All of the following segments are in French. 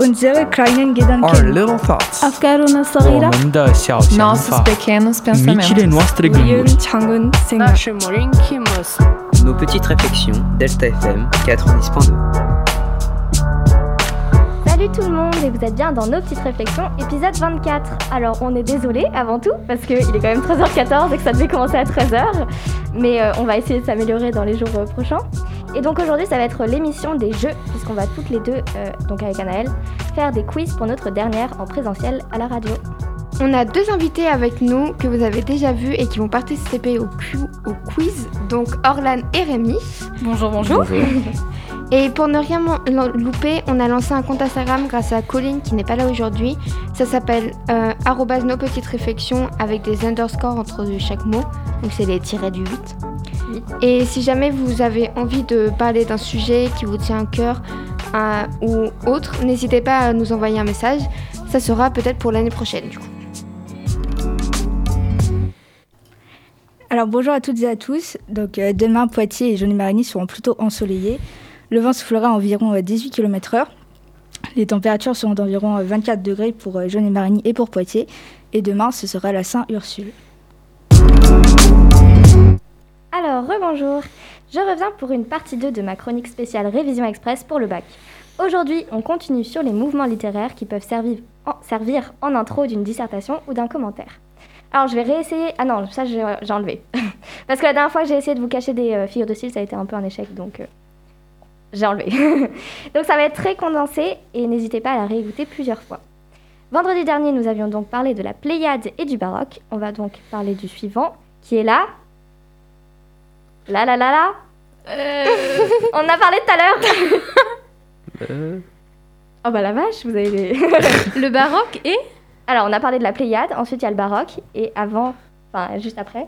أنزوي كراينين جدا Our كده little thoughts. أفكارنا الصغيرة 我们的小想 Nossos 法。pequenos Micile pensamentos. noastre ويون gânduri. تشانغون سينغ Наши маленькие мысли. Nos petites réflexions, Delta FM 90.2. Salut tout le monde et vous êtes bien dans nos petites réflexions, épisode 24. Alors on est désolé avant tout parce qu'il est quand même 13h14 et que ça devait commencer à 13h, mais euh, on va essayer de s'améliorer dans les jours euh, prochains. Et donc aujourd'hui ça va être l'émission des jeux puisqu'on va toutes les deux, euh, donc avec Anaël, faire des quiz pour notre dernière en présentiel à la radio. On a deux invités avec nous que vous avez déjà vus et qui vont participer au, cu- au quiz, donc Orlan et Rémi. Bonjour, bonjour. Et pour ne rien man- lan- louper, on a lancé un compte Instagram grâce à Colline qui n'est pas là aujourd'hui. Ça s'appelle euh, arobase nos petites réflexions avec des underscores entre chaque mot, donc c'est les tirés du 8. Et si jamais vous avez envie de parler d'un sujet qui vous tient à cœur euh, ou autre, n'hésitez pas à nous envoyer un message. Ça sera peut-être pour l'année prochaine du coup. Alors bonjour à toutes et à tous. Donc euh, demain, Poitiers et Jaunet-Marigny seront plutôt ensoleillés. Le vent soufflera à environ euh, 18 km/h. Les températures seront d'environ euh, 24 degrés pour euh, Jaunet-Marigny et pour Poitiers. Et demain, ce sera la Saint-Ursule. Alors, rebonjour Je reviens pour une partie 2 de ma chronique spéciale Révision Express pour le bac. Aujourd'hui, on continue sur les mouvements littéraires qui peuvent servir en, servir en intro d'une dissertation ou d'un commentaire. Alors, je vais réessayer... Ah non, ça, j'ai j'ai enlevé. Parce que la dernière fois que j'ai essayé de vous cacher des euh, figures de style, ça a été un peu un échec, donc... euh, j'ai enlevé. donc, ça va être très condensé, et n'hésitez pas à la réécouter plusieurs fois. Vendredi dernier, nous avions donc parlé de la Pléiade et du baroque. On va donc parler du suivant, qui est là... Là, là, là, là Euh. On en a parlé tout à l'heure Euh, Oh bah la vache, vous avez les... Le baroque et Alors, on a parlé de la Pléiade, ensuite il y a le baroque, et avant, enfin, juste après...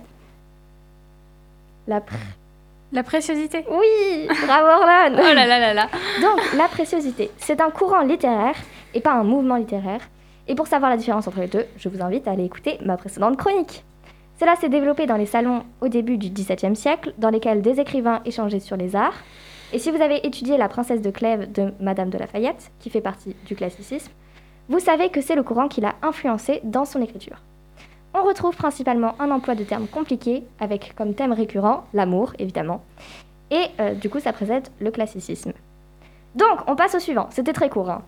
La pr- la préciosité. Oui Bravo Orlan Oh là là là là. Donc, la préciosité, c'est un courant littéraire, et pas un mouvement littéraire. Et pour savoir la différence entre les deux, je vous invite à aller écouter ma précédente chronique. Cela s'est développé dans les salons au début du XVIIe siècle, dans lesquels des écrivains échangeaient sur les arts. Et si vous avez étudié La princesse de Clèves de Madame de Lafayette, qui fait partie du classicisme, vous savez que c'est le courant qui l'a influencé dans son écriture. On retrouve principalement un emploi de termes compliqués, avec comme thème récurrent l'amour, évidemment. Et euh, du coup, ça précède le classicisme. Donc, on passe au suivant. C'était très court. hein.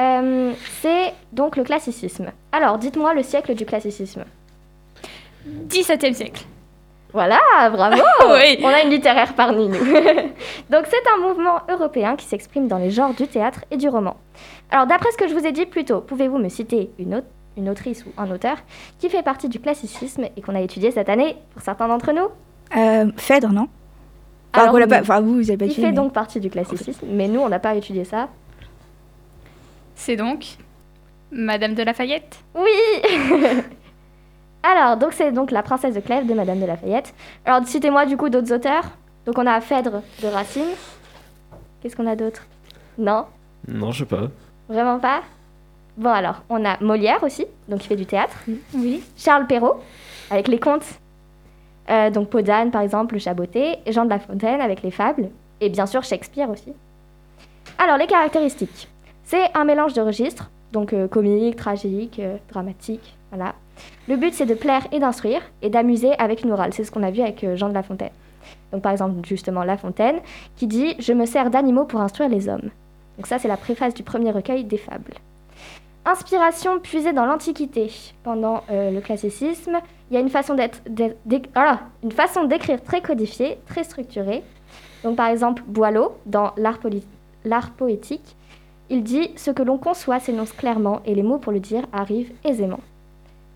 Euh, c'est donc le classicisme. Alors, dites-moi le siècle du classicisme. 17e siècle. Voilà, bravo Oui. On a une littéraire parmi nous. donc, c'est un mouvement européen qui s'exprime dans les genres du théâtre et du roman. Alors, d'après ce que je vous ai dit plus tôt, pouvez-vous me citer une, au- une autrice ou un auteur qui fait partie du classicisme et qu'on a étudié cette année pour certains d'entre nous Euh, Phèdre, non Enfin, Alors, qu'on l'a pas- oui. enfin, vous, vous avez pas Il étudié, fait mais- donc partie du classicisme, mais nous, on n'a pas étudié ça. C'est donc Madame de Lafayette. Oui Alors, donc c'est donc la princesse de Clèves de Madame de Lafayette. Alors, citez-moi du coup d'autres auteurs. Donc on a Phèdre de Racine. Qu'est-ce qu'on a d'autre Non Non, je sais pas. Vraiment pas Bon alors, on a Molière aussi, donc il fait du théâtre. Oui. Charles Perrault, avec les contes. Euh, donc Podane, par exemple, le Chaboté. Jean de La Fontaine, avec les fables. Et bien sûr Shakespeare aussi. Alors, les caractéristiques. C'est un mélange de registres, donc euh, comique, tragique, euh, dramatique, voilà. Le but, c'est de plaire et d'instruire, et d'amuser avec une orale. C'est ce qu'on a vu avec euh, Jean de La Fontaine. Donc, par exemple, justement, La Fontaine, qui dit « Je me sers d'animaux pour instruire les hommes ». Donc ça, c'est la préface du premier recueil des fables. Inspiration puisée dans l'Antiquité. Pendant euh, le classicisme, il y a une façon d'être, d'être- d'éc- ah, une façon d'écrire très codifiée, très structurée. Donc par exemple Boileau dans l'art, poli- l'art poétique, il dit ce que l'on conçoit s'énonce clairement et les mots pour le dire arrivent aisément.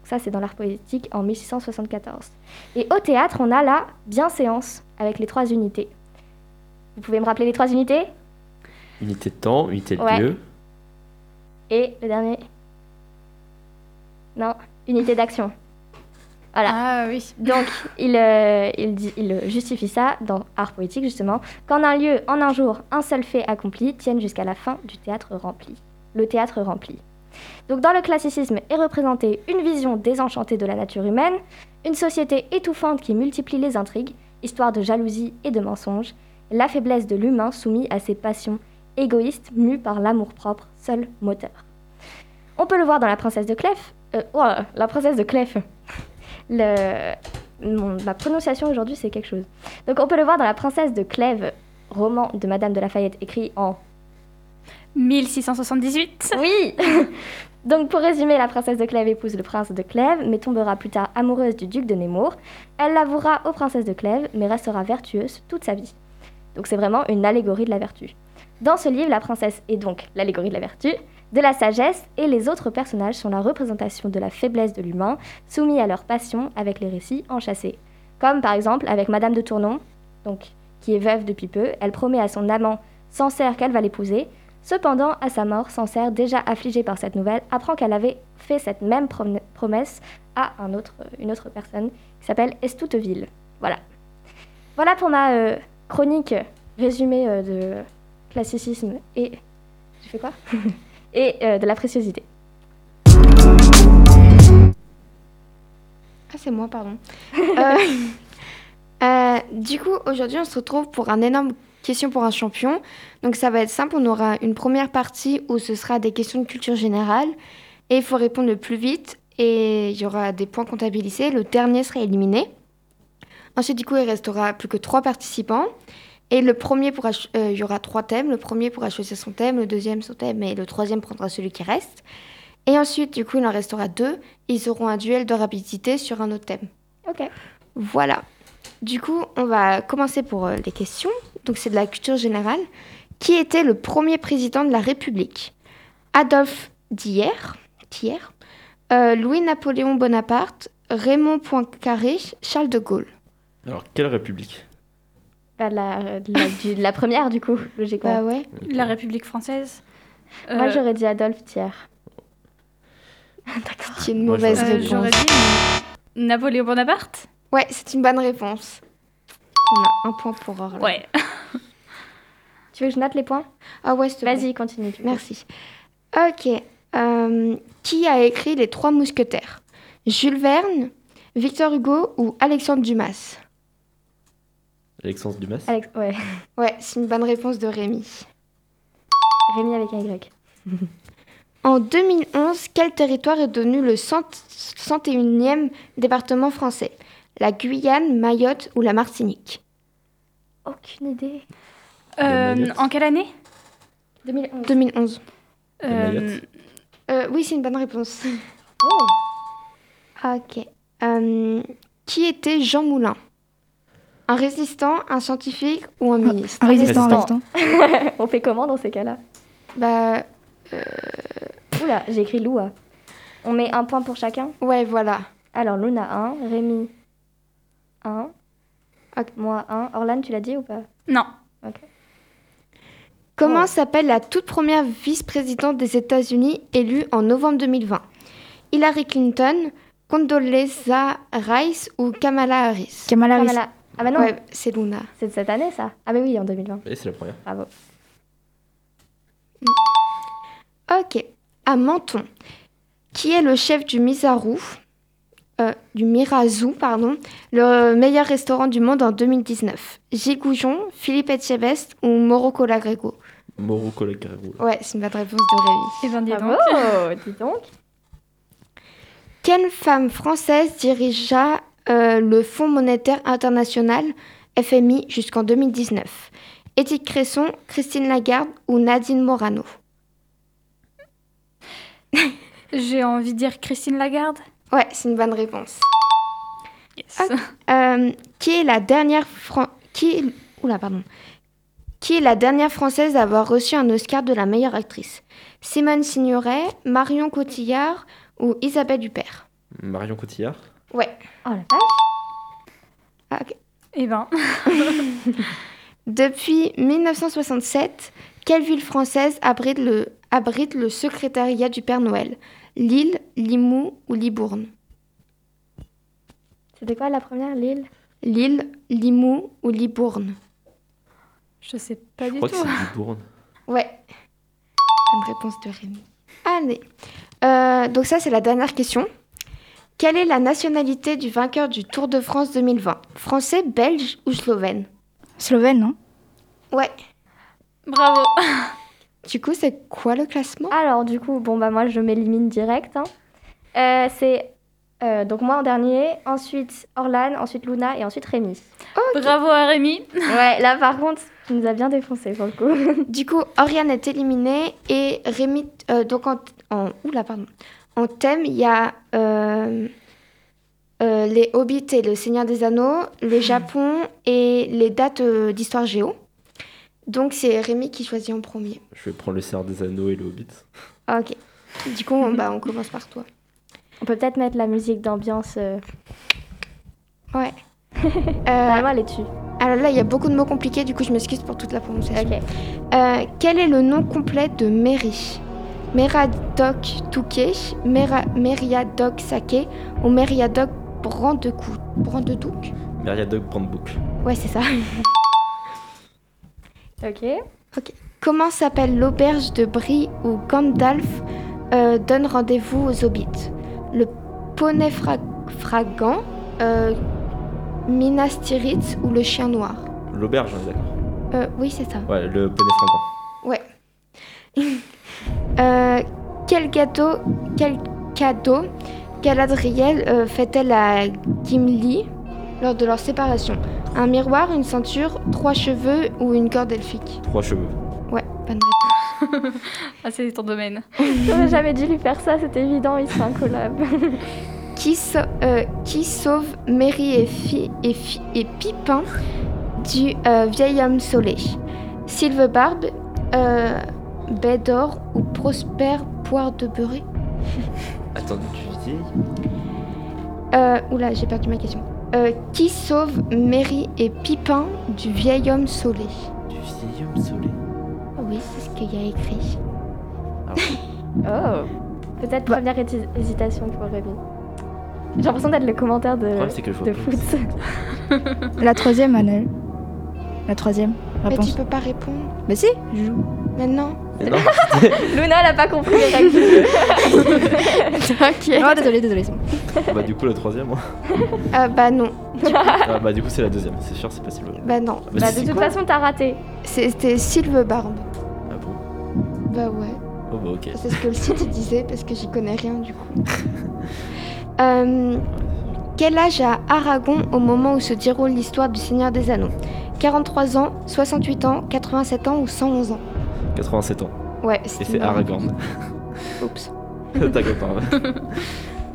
Ça c'est dans l'art poétique en 1674. Et au théâtre, on a la bienséance avec les trois unités. Vous pouvez me rappeler les trois unités Unité de temps, unité de Ouais. lieu. Et le dernier Non, unité d'action. Voilà. Ah oui. Donc, il, euh, il, dit- il justifie ça dans Art poétique, justement. Qu'en un lieu, en un jour, un seul fait accompli tienne jusqu'à la fin du théâtre rempli. Le théâtre rempli. Donc, dans le classicisme est représentée une vision désenchantée de la nature humaine, une société étouffante qui multiplie les intrigues, histoire de jalousie et de mensonges, la faiblesse de l'humain soumis à ses passions égoïste, mu par l'amour-propre, seul moteur. On peut le voir dans La Princesse de Clef. euh, oh là là, la Princesse de Clef. Le- mon- ma prononciation aujourd'hui, c'est quelque chose. Donc on peut le voir dans La Princesse de Clèves, roman de Madame de Lafayette écrit en 1678. oui Donc pour résumer, la princesse de Clèves épouse le prince de Clèves, mais tombera plus tard amoureuse du duc de Nemours. Elle l'avouera aux princesses de Clèves, mais restera vertueuse toute sa vie. Donc c'est vraiment une allégorie de la vertu. Dans ce livre, la princesse est donc l'allégorie de la vertu, de la sagesse, et les autres personnages sont la représentation de la faiblesse de l'humain, soumis à leur passion avec les récits enchâssés. Comme par exemple avec Madame de Tournon, donc, qui est veuve depuis peu, elle promet à son amant Sancerre qu'elle va l'épouser, Cependant, à sa mort, Sancerre, déjà affligé par cette nouvelle, apprend qu'elle avait fait cette même prom- promesse à un autre, euh, une autre personne qui s'appelle Estouteville. Voilà. Voilà pour ma euh, chronique résumée euh, de classicisme et. J'ai fait quoi Et euh, de la préciosité. Ah, c'est moi, pardon. Euh, euh, du coup, aujourd'hui, on se retrouve pour un énorme question pour un champion. Donc, ça va être simple. On aura une première partie où ce sera des questions de culture générale. Et il faut répondre le plus vite. Et il y aura des points comptabilisés. Le dernier sera éliminé. Ensuite, du coup, il restera plus que trois participants. Et le premier pourra, ch- euh, il y aura trois thèmes. Le premier pourra choisir son thème, le deuxième son thème, et le troisième prendra celui qui reste. Et ensuite, du coup, il en restera deux. Ils auront un duel de rapidité sur un autre thème. Ok. Voilà. Du coup, on va commencer pour euh, les questions. Donc, c'est de la culture générale. Qui était le premier président de la République Adolphe d'hier, d'hier Louis-Napoléon Bonaparte, Raymond Poincaré, Charles de Gaulle. Alors, quelle république Bah, de la, euh, de la- du- de la première, du coup, logiquement. Bah ouais. La République française. Moi, Euh, j'aurais dit Adolphe Thiers. Ah, C'est une Moi, mauvaise j'aurais- euh, réponse. J'aurais dit Napoléon Bonaparte. Ouais, c'est une bonne réponse. On a un point pour Orla. Ouais. Tu veux que je note les points Ah ouais, s'il te plaît. Vas-y, continue. du coup. Merci. Ok. euh, qui a écrit Les Trois Mousquetaires Jules Verne, Victor Hugo ou Alexandre Dumas Alexandre Dumas Alex, ouais. Ouais, c'est une bonne réponse de Rémi. Rémi avec un Y. En 2011, quel territoire est devenu le cent- 101e département français La Guyane, Mayotte ou la Martinique Aucune idée. Euh, Mayotte. en quelle année 2011. 2011. De Mayotte. Euh, oui, c'est une bonne réponse. Oh. Ok. Euh, qui était Jean Moulin Un résistant, un scientifique ou un ministre Un résistant, un Résistant. Ah, résistant. On fait comment dans ces cas-là Bah Oula, j'ai écrit Loua. On met un point pour chacun. ouais, voilà. Alors Luna 1, Rémi 1, Ok. moi 1. Orlan, tu l'as dit ou pas Non. Comment Ouais. s'appelle la toute première vice-présidente des États-Unis élue en novembre 2020 Hillary Clinton, Condoleezza Rice ou Kamala Harris Kamala Harris. Kamala. Ah bah non, Ouais, c'est Luna. c'est de cette année ça. Ah bah oui, en 2020. Et c'est la première. Bravo. Ok. À Menton, qui est le chef du Mizarou euh, du Mirazou, pardon, le meilleur restaurant du monde en 2019. Gilles Goujon, Philippe Etchebest ou Mauro Colagrégo Morocco, la Caribou. Ouais, c'est une bonne réponse de Rémi. Et ben dis Bravo, donc. dis donc. Quelle femme française dirigea euh, le Fonds monétaire international FMI jusqu'en 2019 Éthique Cresson, Christine Lagarde ou Nadine Morano J'ai envie de dire Christine Lagarde. Ouais, c'est une bonne réponse. Yes. Ah. Euh, qui est la dernière Fran- qui est- Oula, pardon. Qui est la dernière française à avoir reçu un Oscar de la meilleure actrice Simone Signoret, Marion Cotillard ou Isabelle Huppert Marion Cotillard. Ouais. Oh la vache. Ah, ok. Et ben. Depuis 1967, quelle ville française abrite le, abrite le secrétariat du Père Noël Lille, Limoux ou Libourne C'était quoi la première Lille Lille, Limoux ou Libourne Je sais pas Je du crois que tout. c'est Libourne. Ouais. Bonne réponse de Rémi. Allez. Euh, donc ça, c'est la dernière question. Quelle est la nationalité du vainqueur du Tour de France 2020 Français, belge ou slovène Slovène, non Ouais. Bravo. Du coup, c'est quoi le classement Alors, du coup, bon, bah, moi, je m'élimine direct. hein. Euh, c'est. euh, donc, moi en dernier, ensuite Orlan, ensuite Luna et ensuite Rémi. Bravo à Rémi. Ouais, là par contre, tu nous as bien défoncé pour le coup. Du coup, Oriane est éliminée et Rémi. euh, donc en, en- oula, pardon. En thème, il y a euh, euh, les Hobbits et le Seigneur des Anneaux, le Japon et les dates euh, d'histoire géo. Donc c'est Rémi qui choisit en premier. Je vais prendre le Seigneur des Anneaux et le Hobbit. Ok. Du coup, on, bah, on commence par toi. On peut peut-être mettre la musique d'ambiance. euh, Ouais. Normalement, Euh, Bah, elle est dessus. alors là, il y a beaucoup de mots compliqués, du coup, je m'excuse pour toute la prononciation. Ok. Euh, quel est le nom complet de Mary Meradoc Touquet, Mera- Meriadoc Saké ou Meriadoc Brandecou Brandedouc Meriadoc Brandbook. Ouais, c'est ça. Ok. Comment s'appelle l'auberge de Brie où Gandalf euh, donne rendez-vous aux hobbits Le poney fra- fragant, euh, Minas Tirith ou le chien noir L'auberge, on est d'accord. Euh, Oui, c'est ça. Ouais, le poney fringant. Euh, quel gâteau, quel cadeau Galadriel euh, fait-elle à Gimli lors de leur séparation Un miroir, une ceinture, trois cheveux ou une corde elfique Trois cheveux. Ouais, bonne réponse. Ah, c'est ton domaine. J'aurais jamais dû lui faire ça, c'est évident, il serait un collab. Qui, sau- euh, qui sauve Mary et, Fi- et, Fi- et Pipin du euh, vieil homme soleil Silvebarbe, euh, Bédor ou Prosper Poire de Beurré Attends, tu dis Euh, oula, j'ai perdu ma question. Euh, qui sauve Mary et Pipin du vieil homme saulé Ah Du vieil homme soleil. Oui, c'est ce qu'il y a écrit. Oh. Peut-être Bah. première hési- hésitation pour Rémi. J'ai l'impression d'être le commentaire de, Le problème, c'est que je vois de pas. foot. La troisième, Annel. La troisième Mais réponse. tu peux pas répondre Bah si, je joue. maintenant. Mais non, Luna, elle a pas compris les règles. T'inquiète. Oh, désolé, désolé. bah du coup le troisième. hein. Euh, bah non, Ah, bah du coup c'est la deuxième, c'est sûr, c'est pas si loin. bah non. Ah, bah, si. de toute quoi façon, t'as raté. C'était Silvebarbe. Ah bon Bah ouais, Oh bah ok. c'est ce que le site il disait parce que j'y connais rien du coup. Euh, quel âge a Aragon au moment où se déroule l'histoire du Seigneur des Anneaux 43 ans, 68 ans, 87 ans ou 111 ans 87 ans. Ouais, Et c'était c'est ma Aragorn. hein. réponse. Oups. T'inquiète pas.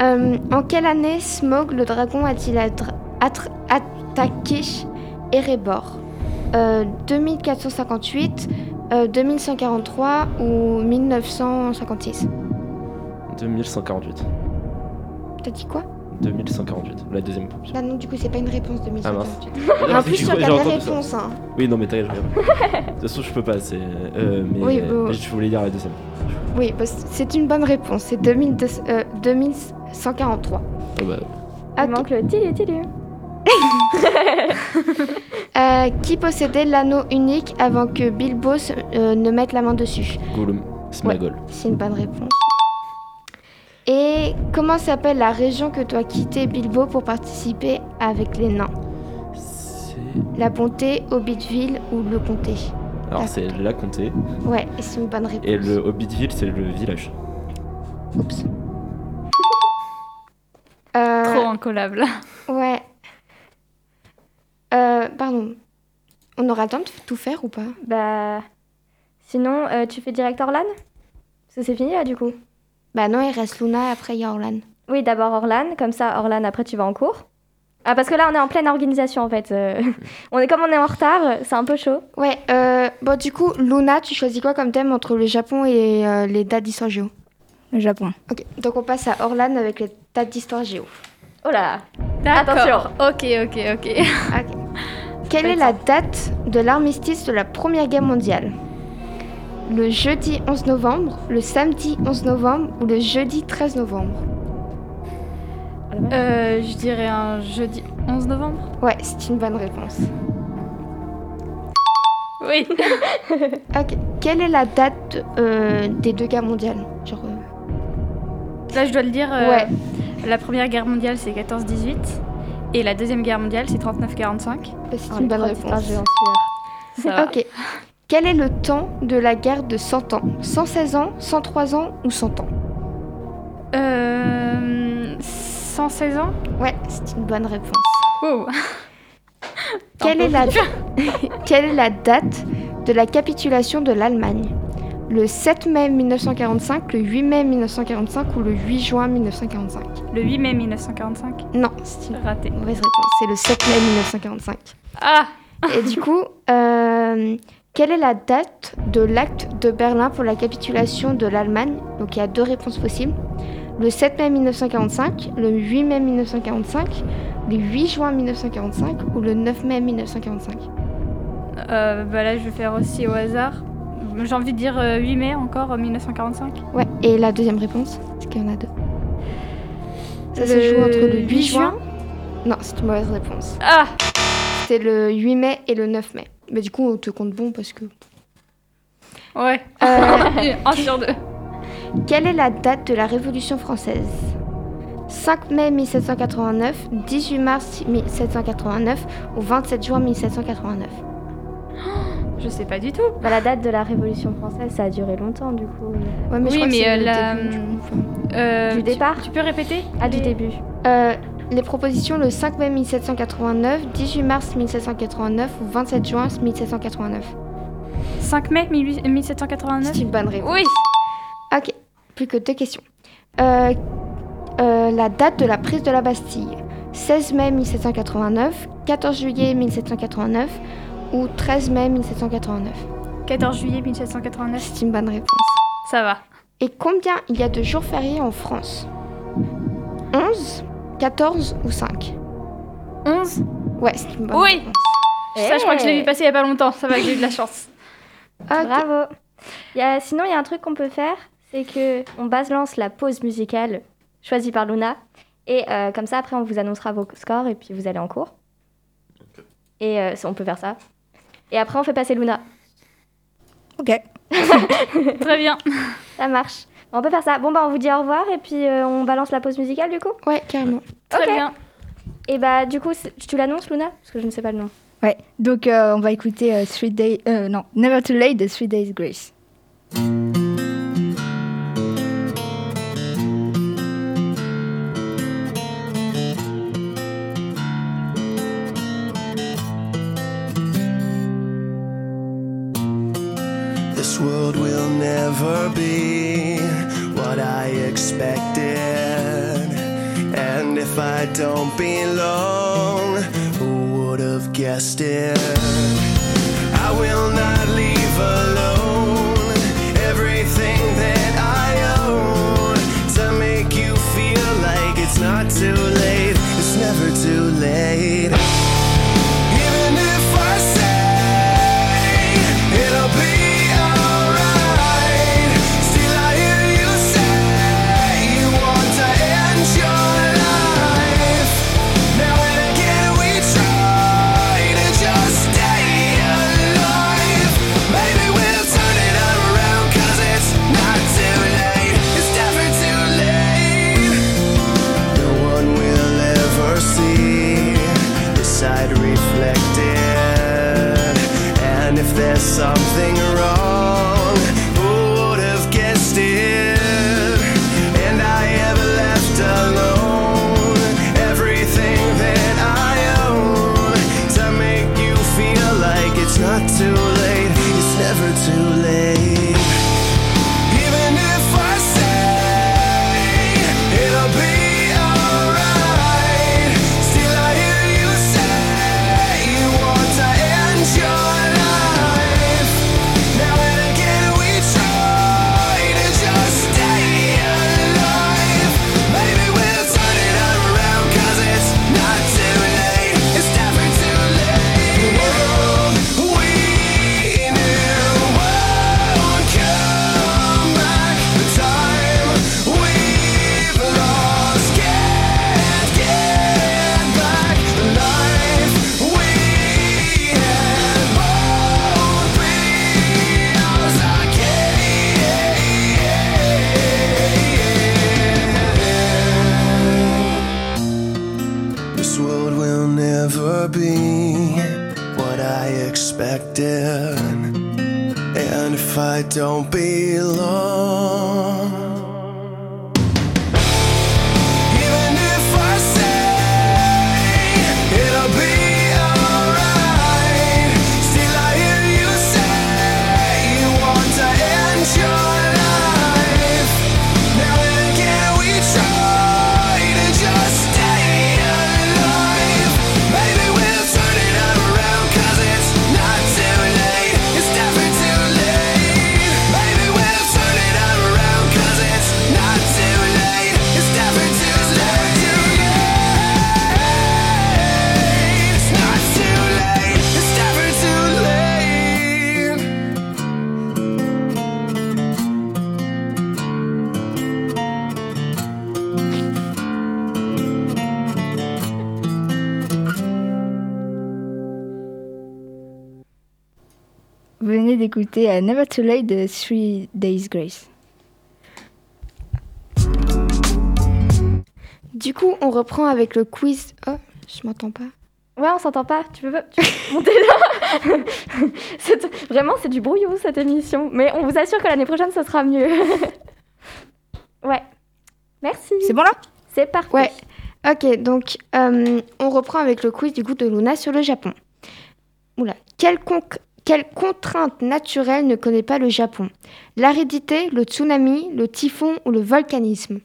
Euh, en quelle année Smog le dragon a-t-il attra- attra- attaqué Erebor Euh, 2458, euh, 2143 ou 1956 2148. T'as dit quoi 2148. La deuxième option. Bah non, du coup, c'est pas une réponse Ah mince. 2148. Ah, en plus, j'ai tu cru- j'ai regardes les entendu ça. réponses. Hein. Oui, non mais t'inquiète, je regarde. De toute façon, je peux pas, c'est. Euh, mais Oui, bon. mais je voulais dire la deuxième. Oui, bah, c- c'est une bonne réponse. C'est 2200 euh, 2143. Oh bah. Il manque le tilu tilu. Euh, qui possédait l'anneau unique avant que Bilbo se- euh, ne mette la main dessus Gollum. Smagol. C'est une bonne réponse. Et comment s'appelle la région que doit quitter Bilbo pour participer avec les nains C'est. La Bonté, Hobbitville ou le Comté Alors c'est la comté. Ouais, et c'est une bonne réponse. Et le Hobbitville, c'est le village. Oups. Euh, Trop en collab là. Ouais. Euh, pardon. On aura le temps de tout faire ou pas Bah. Sinon, euh, tu fais direct Orlan Parce que c'est fini là du coup. Bah non, il reste Luna, après il y a Orlan. Oui, d'abord Orlan, comme ça, Orlan, après tu vas en cours. Ah, parce que là, on est en pleine organisation en fait. euh, on est comme on est en retard, c'est un peu chaud. Ouais, euh, bon du coup, Luna, tu choisis quoi comme thème entre le Japon et euh, les dates d'histoire géo Le Japon. Ok, donc on passe à Orlan avec les dates d'histoire géo. Oh là là. D'accord. Ok, ok, ok. Quelle est la date de l'armistice de la Première Guerre mondiale Le jeudi 11 novembre, le samedi 11 novembre ou le jeudi 13 novembre Euh, je dirais un jeudi 11 novembre. Ouais, c'est une bonne réponse. Oh, Oui. Ok. Quelle est la date euh, des deux guerres mondiales Genre, euh, Là, je dois le dire. euh, Ouais. La première guerre mondiale, c'est 14-18. Et la deuxième guerre mondiale, c'est 39-45. bah, c'est Oh, une les bonne trois petites réponse. rangées en sueur. Ça va. Ok. Quel est le temps de la guerre de 100 ans 116 ans, 103 ans ou 100 ans Euh, 116 ans Ouais, c'est une bonne réponse. Wow. Quelle est, la... Quelle est la date de la capitulation de l'Allemagne Le 7 mai 1945, le 8 mai 1945 ou le 8 juin 1945 Le 8 mai 1945. Non, c'est une Raté. mauvaise réponse. C'est le 7 mai 1945. Ah Et du coup, euh, quelle est la date de l'acte de Berlin pour la capitulation de l'Allemagne Donc il y a deux réponses possibles. Le 7 mai 1945, le 8 mai 1945, le 8 juin 1945 ou le 9 mai 1945 euh, Bah là, je vais faire aussi au hasard. J'ai envie de dire euh, 8 mai encore, euh, 1945. Ouais, et la deuxième réponse Parce qu'il y en a deux. Ça se joue entre le 8, juin Non, c'est une mauvaise réponse. Ah C'est le 8 mai et le 9 mai. Mais du coup, on te compte bon parce que... Ouais. Euh, Un sur deux. Quelle est la date de la Révolution française 5 mai 1789, 18 mars 1789 ou 27 juin 1789 Je sais pas du tout. Bah, la date de la Révolution française, ça a duré longtemps du coup. Ouais, Oui, mais, c'est euh, le la- début, du coup, enfin. Euh, Du tu- départ tu, peux répéter Ah, du les- début. Euh, les propositions le 5 mai 1789, 18 mars 1789 ou 27 juin 1789 5 mai 18- C'est 1789 une bonne réponse. Oui Ah, Ok, plus que deux questions. Euh, euh, la date de la prise de la Bastille 16 mai 1789, 14 juillet 1789 ou 13 mai 1789 14 juillet 1789. C'est une bonne réponse. Ça va. Et combien il y a de jours fériés en France 11, 14 ou 5 11 Ouais, c'est une bonne Oui. réponse. Ça, je crois que je l'ai Hey. vu passer il y a pas longtemps. Ça va que j'ai eu de la chance. Ok. Bravo. Il y a- sinon, il y a un truc qu'on peut faire, c'est que on base lance la pause musicale choisie par Luna, et euh, comme ça après on vous annoncera vos scores et puis vous allez en cours. Et euh, on peut faire ça. Et après on fait passer Luna. Ok. Très bien. Ça marche. On peut faire ça. Bon bah on vous dit au revoir et puis euh, on balance la pause musicale du coup. Ouais, carrément. Très Ok. bien. Et bah du coup c'est- tu l'annonces Luna parce que je ne sais pas le nom. Ouais. Donc euh, on va écouter euh, Three Days. euh, non, Never Too Late de Three Days Grace. This world will never be what I expected. And if I don't belong, who would have guessed it? I will not leave alone everything that I own to make you feel like it's not too late. It's never too late. Even if I say it'll be alright, still I hear you say you want to end your life. Now and again we try to just stay alive. Maybe we'll turn it all around 'cause it's not too late. It's never too late. No one will ever see the side reflected. And if there's something wrong, who would have guessed it? And I am left alone. Everything that I own to make you feel like it's not too late. It's never too late. Even if I say it'll be alright, still I hear you say you want to end your life. Now and again we try to just stay alive. Maybe we'll turn it all around 'cause it's not too late. It's never too late. The world we knew won't come back. The time we've lost can't get back. The life we had won't be ours again. This world will never be what I expected. if I don't belong. Even if I say it'll be alright, still I hear you say you want to end your life. Now then again we try to just stay alive. Maybe we'll turn it all around 'cause it's not too late. It's never too late. Maybe we'll turn it all around 'cause it's not too late. It's never too late. Too late. It's not too late. It's never too late. Vous venez d'écouter euh, Never Too Late de Three Days Grace. Du coup, on reprend avec le quiz. Oh, je m'entends pas. Ouais, on s'entend pas. Tu veux, tu veux monter là C'est- Vraiment, c'est du brouillou cette émission. Mais on vous assure que l'année prochaine, ça sera mieux. ouais. Merci. C'est bon là C'est parfait. Ouais. Ok, donc euh, on reprend avec le quiz du goût de Luna sur le Japon. Oula, quelle, con- quelle contrainte naturelle ne connaît pas le Japon L'aridité, le tsunami, le typhon ou le volcanisme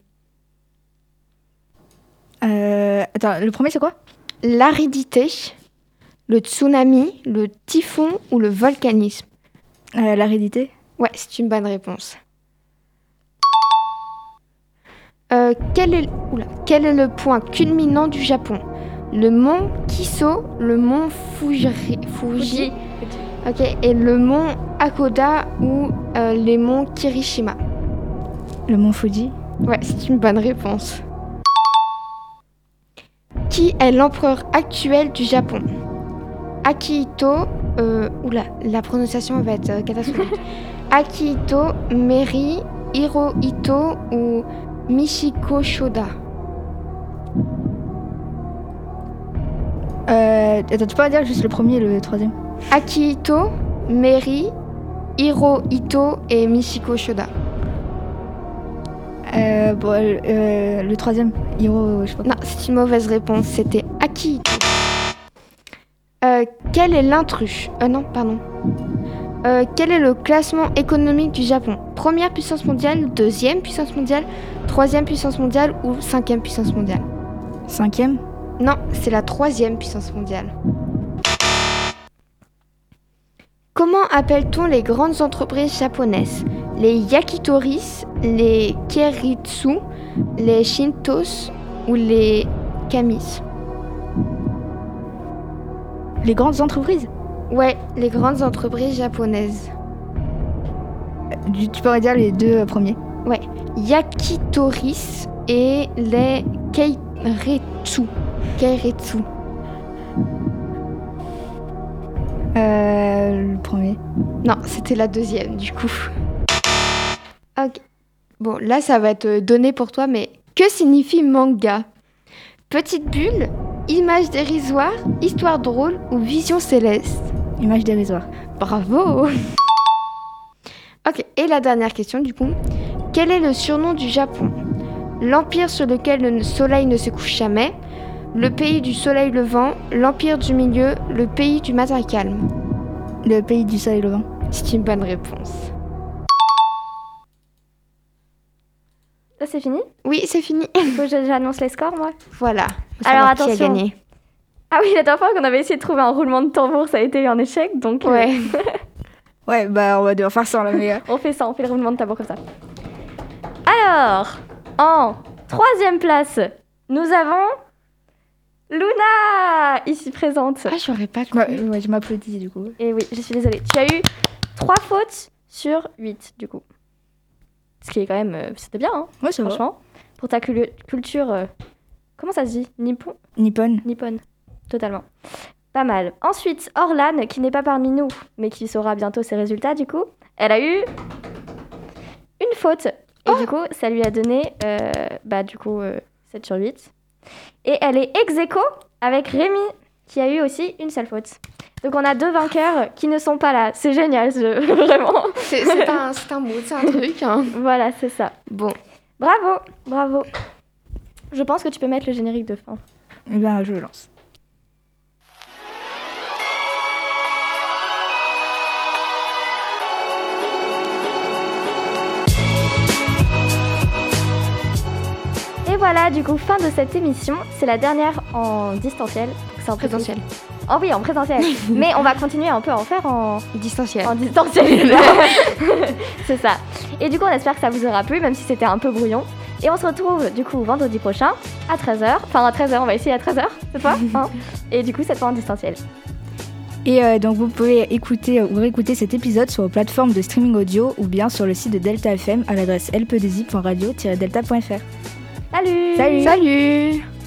Euh, Attends, le premier c'est quoi L'aridité, le tsunami, le typhon ou le volcanisme Euh, L'aridité Ouais, c'est une bonne réponse. Euh, quel, est, oula, quel est le point culminant du Japon Le mont Kiso, le mont Fujiri- Fuji, ok, et le mont Akoda ou euh, les monts Kirishima. Le mont Fuji Ouais, c'est une bonne réponse. Qui est l'empereur actuel du Japon Akihito. Euh, oula, la prononciation va être euh, catastrophique. Akihito, Meri, Hirohito ou Michiko Shoda euh, Attends, tu peux pas dire juste le premier et le troisième Akihito, Meri, Hirohito et Michiko Shoda. euh, bon, euh, Le troisième, Hiro, je sais pas. Non, c'est une mauvaise réponse. C'était Akihito. Euh, quel est l'intrus Euh, non, pardon. Euh, quel est le classement économique du Japon Première puissance mondiale, deuxième puissance mondiale, troisième puissance mondiale ou cinquième puissance mondiale Cinquième Non, c'est la troisième puissance mondiale. Comment appelle-t-on les grandes entreprises japonaises Les yakitoris, les keritsu, les shintos ou les kamis Les grandes entreprises Ouais, les grandes entreprises japonaises. Du- Tu pourrais dire les deux euh, premiers. Yakitoris et les keiretsu. Keiretsu. Euh, le premier. Non, c'était la deuxième du coup. Ok. Bon, là ça va être euh, donné pour toi, mais que signifie manga Petite bulle, image dérisoire, histoire drôle ou vision céleste Image dérisoire. Bravo Ok, et la dernière question du coup. Quel est le surnom du Japon L'empire sur lequel le soleil ne se couche jamais, le pays du soleil levant, l'empire du milieu, le pays du matin calme. Le pays du soleil levant. C'est une bonne réponse. Là, c'est fini Oui, c'est fini. Faut que je- j'annonce les scores, moi Voilà. Faut Alors, savoir qui a attention. gagné. Ah oui, la dernière fois qu'on avait essayé de trouver un roulement de tambour, ça a été un échec, donc euh, Ouais. Ouais, bah on va devoir faire ça là, mais. euh, on fait ça, on fait le roulement de tambour comme ça. Alors, en troisième place, nous avons Luna, ici présente. Ah, j'aurais pas bah, cru. ouais, je m'applaudis du coup. Et oui, je suis désolée. Tu as eu 3 fautes sur 8, du coup. Ce qui est quand même... euh, C'était bien, hein, Ouais, ça va. franchement. Pour ta culu- culture... euh, comment ça se dit Nippon Nippon. Nippon. Totalement. Pas mal. Ensuite, Orlan, qui n'est pas parmi nous, mais qui saura bientôt ses résultats, du coup, elle a eu une faute. Et du coup, ça lui a donné, euh, bah, du coup, euh, 7 sur 8. Et elle est ex aequo avec Rémi, qui a eu aussi une seule faute. Donc on a deux vainqueurs qui ne sont pas là. C'est génial, ce jeu, vraiment. C'est c'est pas un, c'est un mot, c'est un truc. hein. Voilà, c'est ça. Bon, Bravo, bravo. Je pense que tu peux mettre le générique de fin. Eh bien, je lance. Et voilà, du coup, fin de cette émission. C'est la dernière en distanciel. Donc C'est en présentiel. Oh oui, en présentiel. Mais on va continuer un peu à en faire en, Distanciel. en distanciel. C'est ça. Et du coup, on espère que ça vous aura plu, même si c'était un peu brouillon. Et on se retrouve du coup vendredi prochain à 13h. Enfin, à 13h, on va essayer à 13h cette fois. hein. Et du coup, cette fois en distanciel. Et euh, donc vous pouvez écouter euh, ou réécouter cet épisode sur vos plateformes de streaming audio ou bien sur le site de Delta FM à l'adresse lpdzi.radio-delta.fr. Salut Salut Salut